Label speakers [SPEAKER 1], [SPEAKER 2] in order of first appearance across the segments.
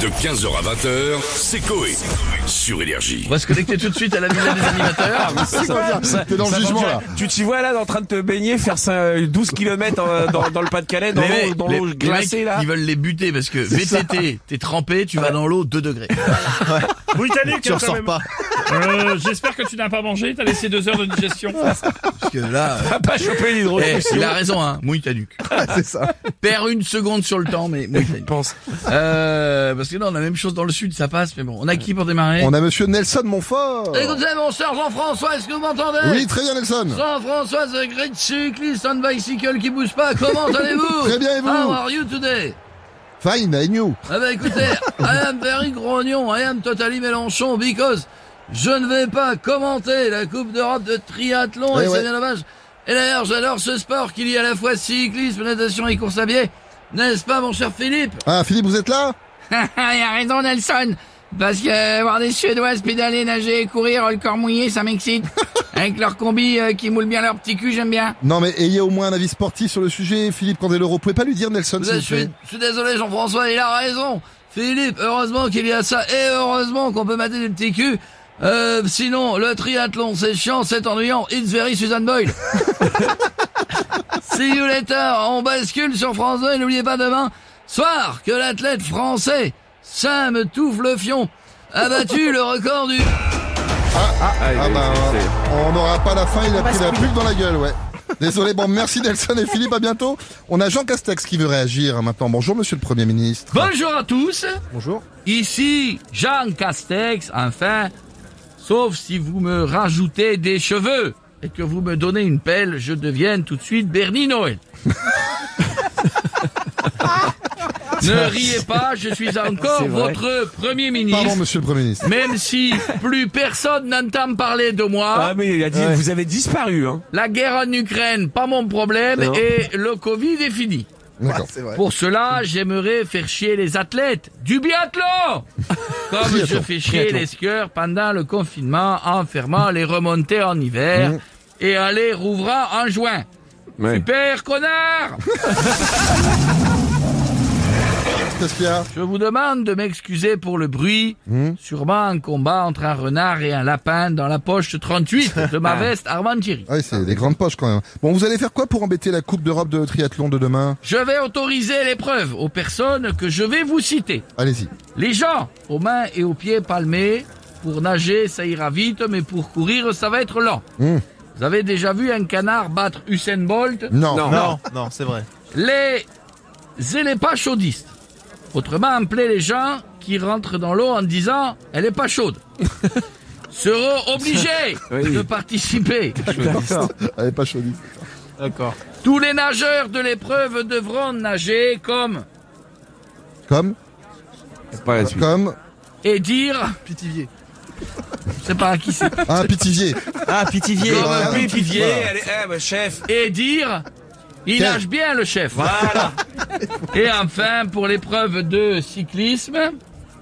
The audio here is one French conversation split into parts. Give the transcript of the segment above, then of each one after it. [SPEAKER 1] De 15h à 20h, c'est Coé. Sur Énergie.
[SPEAKER 2] On va se connecter tout de suite à la maison des animateurs.
[SPEAKER 3] Ah, C'est quoi dire T'es dans le jugement là.
[SPEAKER 4] Tu t'y vois là en train de te baigner, faire ça, euh, 12 km dans, dans le Pas-de-Calais, dans
[SPEAKER 2] Les
[SPEAKER 4] l'eau-
[SPEAKER 2] mecs,
[SPEAKER 4] dans
[SPEAKER 2] les-
[SPEAKER 4] l'eau
[SPEAKER 2] les
[SPEAKER 4] glacée
[SPEAKER 2] mecs,
[SPEAKER 4] là.
[SPEAKER 2] Ils veulent les buter parce que VTT, t'es trempé, tu vas dans l'eau 2 degrés.
[SPEAKER 5] Britannique,
[SPEAKER 3] Tu
[SPEAKER 5] quand
[SPEAKER 3] ressors
[SPEAKER 5] même.
[SPEAKER 3] pas.
[SPEAKER 5] Euh, J'espère que tu n'as pas mangé, t'as laissé deux heures de digestion.
[SPEAKER 3] hein.
[SPEAKER 2] Parce que là, euh,
[SPEAKER 4] T'as Ah, pas chopé
[SPEAKER 3] Oh,
[SPEAKER 4] l'hydrogène.
[SPEAKER 2] eh, il a raison, hein. Mouille ta nuque.
[SPEAKER 3] C'est ça.
[SPEAKER 2] Perds une seconde sur le temps, mais mouille ta nuque.
[SPEAKER 4] pense.
[SPEAKER 2] Euh, parce que là, on a la même chose dans le sud, ça passe, mais bon. On a qui pour démarrer Eh,
[SPEAKER 3] On a monsieur Nelson Montfort.
[SPEAKER 2] Écoutez, mon cher Jean-François, est-ce que vous m'entendez
[SPEAKER 3] Oui, très bien Nelson.
[SPEAKER 2] Jean-François, the great cyclist on bicycle qui bouge pas, comment allez-vous
[SPEAKER 3] Très bien, et vous
[SPEAKER 2] How are you today
[SPEAKER 3] Fine, and you.
[SPEAKER 2] Ah bah écoutez, I am very grognon, I am totally Mélenchon, because je ne vais pas commenter la Coupe d'Europe de triathlon,
[SPEAKER 3] Eh
[SPEAKER 2] et
[SPEAKER 3] ouais.
[SPEAKER 2] c'est bien dommage. Et d'ailleurs, j'adore ce sport qui lie à la fois cyclisme, natation et course à pied. N'est-ce pas, mon cher Philippe
[SPEAKER 3] Ah, Philippe, vous êtes là
[SPEAKER 6] Il a raison Nelson, parce que voir des Suédois se pédaler, nager, courir, le corps mouillé, ça m'excite. Avec leur combi euh, qui moule bien leur petit cul, j'aime bien.
[SPEAKER 3] Non, mais ayez au moins un avis sportif sur le sujet, Philippe Candeloro. Vous pouvez pas lui dire Nelson,
[SPEAKER 6] Je
[SPEAKER 3] s'il vous
[SPEAKER 6] suis,
[SPEAKER 3] plaît.
[SPEAKER 6] je suis désolé Jean-François, il a raison. Philippe, heureusement qu'il y a ça, et heureusement qu'on peut mater des petits culs. Euh, sinon, le triathlon, c'est chiant, c'est ennuyant. It's very Susan Boyle. See you later. On bascule sur France 2 et n'oubliez pas demain soir que l'athlète français Sam Toufle-Fion a battu le record du...
[SPEAKER 3] Ah bah, on n'aura pas la fin, il a pris la pub dans la gueule, ouais. Désolé, bon, merci Nelson et Philippe, à bientôt. On a Jean Castex qui veut réagir hein, maintenant. Bonjour, monsieur le Premier ministre.
[SPEAKER 6] Bonjour à tous,
[SPEAKER 3] Bonjour.
[SPEAKER 6] ici Jean Castex, enfin, sauf si vous me rajoutez des cheveux
[SPEAKER 2] Et que vous me donnez une pelle, je devienne tout de suite Bernie Noël. ne riez pas, je suis encore votre Premier ministre.
[SPEAKER 3] Pardon, monsieur le Premier ministre.
[SPEAKER 2] Même si plus personne n'entend parler de moi,
[SPEAKER 4] Ah mais il a dit, vous avez disparu. Hein.
[SPEAKER 2] la guerre en Ukraine, pas mon problème,
[SPEAKER 4] Non.
[SPEAKER 2] et le Covid est fini.
[SPEAKER 3] D'accord.
[SPEAKER 2] Pour cela, j'aimerais faire chier les athlètes du biathlon Comme je
[SPEAKER 3] Biathlon,
[SPEAKER 2] fais chier les skieurs pendant le confinement en fermant les remontées en hiver
[SPEAKER 3] Mm.
[SPEAKER 2] et en les rouvrant en juin.
[SPEAKER 4] Ouais.
[SPEAKER 2] Super connard
[SPEAKER 3] Qu'est-ce qu'il y a
[SPEAKER 2] Je vous demande de m'excuser pour le bruit,
[SPEAKER 3] Mm.
[SPEAKER 2] sûrement un combat entre un renard et un lapin dans la poche 38 de ma veste Armand Thierry.
[SPEAKER 3] Ah oui, c'est des grandes poches quand même. Bon, vous allez faire quoi pour embêter la Coupe d'Europe de triathlon de demain
[SPEAKER 2] Je vais autoriser l'épreuve aux personnes que je vais vous citer.
[SPEAKER 3] Allez-y.
[SPEAKER 2] Les gens, aux mains et aux pieds palmés, pour nager ça ira vite, mais pour courir ça va être lent.
[SPEAKER 4] Hmm.
[SPEAKER 3] Mmh.
[SPEAKER 2] Vous avez déjà vu un canard battre Usain Bolt
[SPEAKER 3] Non.
[SPEAKER 4] Non.
[SPEAKER 7] Non, non, c'est vrai.
[SPEAKER 2] Les les pas chaudistes. Autrement appelés les gens qui rentrent dans l'eau en disant « elle est pas chaude ». seront obligés
[SPEAKER 4] Oui.
[SPEAKER 2] de participer.
[SPEAKER 4] D'accord.
[SPEAKER 3] Elle est pas chaudie.
[SPEAKER 7] D'accord.
[SPEAKER 2] Tous les nageurs de l'épreuve devront nager comme
[SPEAKER 3] Comme
[SPEAKER 4] C'est pas la suite.
[SPEAKER 3] Comme
[SPEAKER 2] et dire
[SPEAKER 7] Pitivier.
[SPEAKER 2] je sais pas à qui c'est
[SPEAKER 3] un pitivier.
[SPEAKER 7] Ah, Pitivier.
[SPEAKER 2] Comme
[SPEAKER 3] Voilà.
[SPEAKER 2] un
[SPEAKER 4] Oui, Pivier,
[SPEAKER 3] Voilà.
[SPEAKER 4] allez, eh, bah, chef.
[SPEAKER 2] et dire il
[SPEAKER 3] Quel-
[SPEAKER 2] nage bien le chef.
[SPEAKER 4] Voilà.
[SPEAKER 2] Et enfin, pour l'épreuve de cyclisme,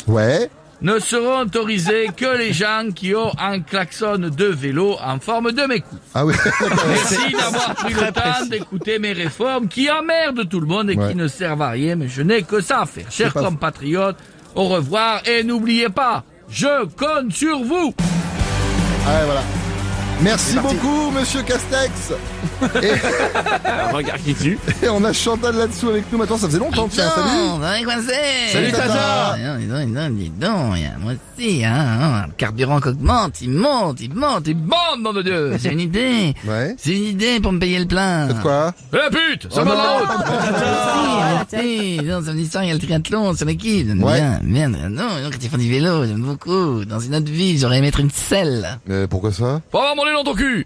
[SPEAKER 3] Ouais.
[SPEAKER 2] ne seront autorisés que les gens qui ont un klaxon de vélo en forme de m'écoute.
[SPEAKER 3] Ah oui.
[SPEAKER 2] Merci d'avoir pris le temps d'écouter mes réformes qui emmerdent tout le monde et
[SPEAKER 3] Ouais.
[SPEAKER 2] qui ne servent à rien, mais je n'ai que ça à faire. Chers
[SPEAKER 3] pas faux.
[SPEAKER 2] compatriotes, au revoir et n'oubliez pas, je compte sur vous
[SPEAKER 3] Ah, voilà. Merci beaucoup, monsieur Castex. Et,
[SPEAKER 4] Regarde qui tue.
[SPEAKER 3] et on a Chantal là-dessous avec nous maintenant. Ça faisait longtemps. Tiens, salut. Salut, Tata.
[SPEAKER 6] Ah, non, dis donc, dis donc, dis donc, y a- moi aussi, hein, hein, le carburant qu'augmente, il monte, il monte, il monte, mon Dieu C'est une idée
[SPEAKER 3] Ouais.
[SPEAKER 6] C'est une idée pour me payer le plein
[SPEAKER 3] Faites quoi
[SPEAKER 2] Eh pute, ça va
[SPEAKER 3] Oh non.
[SPEAKER 2] la route
[SPEAKER 6] Ah, merci. Non, samedi soir, il y a le triathlon, c'est l'équipe. J'aime
[SPEAKER 3] Ouais.
[SPEAKER 6] bien, bien. Non, non, quand ils font du vélo, j'aime beaucoup. Dans une autre vie, j'aurais aimé être une selle.
[SPEAKER 3] Mais Euh, pourquoi ça
[SPEAKER 2] Faut avoir mon nez dans ton cul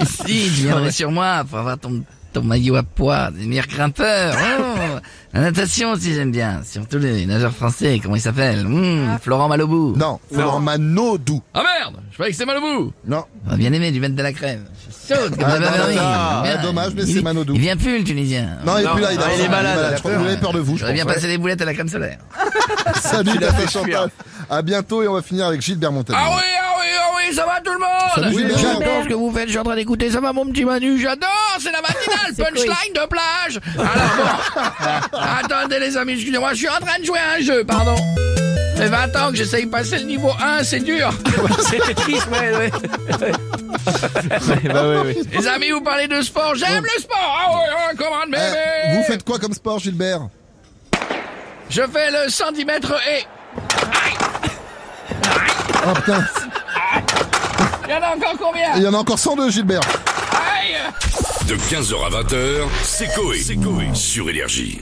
[SPEAKER 6] Ici, tu viendrais sur moi pour avoir ton, ton maillot à poids, des meilleurs grimpeurs. Oh, la natation aussi, j'aime bien. Surtout les nageurs français, comment ils s'appellent Hmm, Florent Malobou.
[SPEAKER 3] Ah. Non. Florent Manodou.
[SPEAKER 2] Ah merde Je croyais que c'était mal au bout
[SPEAKER 3] Non.
[SPEAKER 6] On va bien aimer du mettre de la crème. Je suis Saute comme
[SPEAKER 3] Ah,
[SPEAKER 6] la
[SPEAKER 3] non,
[SPEAKER 6] Barbarie.
[SPEAKER 3] non, non.
[SPEAKER 6] Il vient-
[SPEAKER 3] Ah, dommage, mais
[SPEAKER 6] il-
[SPEAKER 3] c'est Manodou.
[SPEAKER 6] Il vient plus, le Tunisien.
[SPEAKER 3] Non, il est plus là. Il, a-
[SPEAKER 7] il est malade.
[SPEAKER 3] Je crois que vous avez peur de vous. Je
[SPEAKER 6] J'aurais bien
[SPEAKER 3] pense.
[SPEAKER 6] passé des boulettes à la crème solaire.
[SPEAKER 3] Salut, Tata Chantal. À bientôt et on va finir avec Gilbert Montagnier.
[SPEAKER 2] Ah oui, ah oui, ah oui, Salut, ça va tout le monde
[SPEAKER 3] Salut,
[SPEAKER 2] Oui,
[SPEAKER 3] Gilbert.
[SPEAKER 2] J'adore ce que vous faites, je suis en train d'écouter ça va mon petit Manu, j'adore, c'est la matinale, punchline de plage Alors bon, attendez les amis, excusez-moi, je suis en train de jouer à un jeu, pardon. Ça fait 20 ans que j'essaye de passer le niveau 1, c'est dur
[SPEAKER 4] C'était triste, ouais, ouais.
[SPEAKER 2] Les amis, vous parlez de sport, j'aime le sport Ah ouais, ouais, commande
[SPEAKER 3] Eh,
[SPEAKER 2] bébé
[SPEAKER 3] vous faites quoi comme sport, Gilbert
[SPEAKER 2] Je fais le 110 mètres et...
[SPEAKER 3] Ah putain,
[SPEAKER 2] Il y en a encore combien
[SPEAKER 3] il y en a encore 102, Gilbert.
[SPEAKER 2] Aïe
[SPEAKER 1] De 15h à 20h, c'est Coé. Sur Énergie.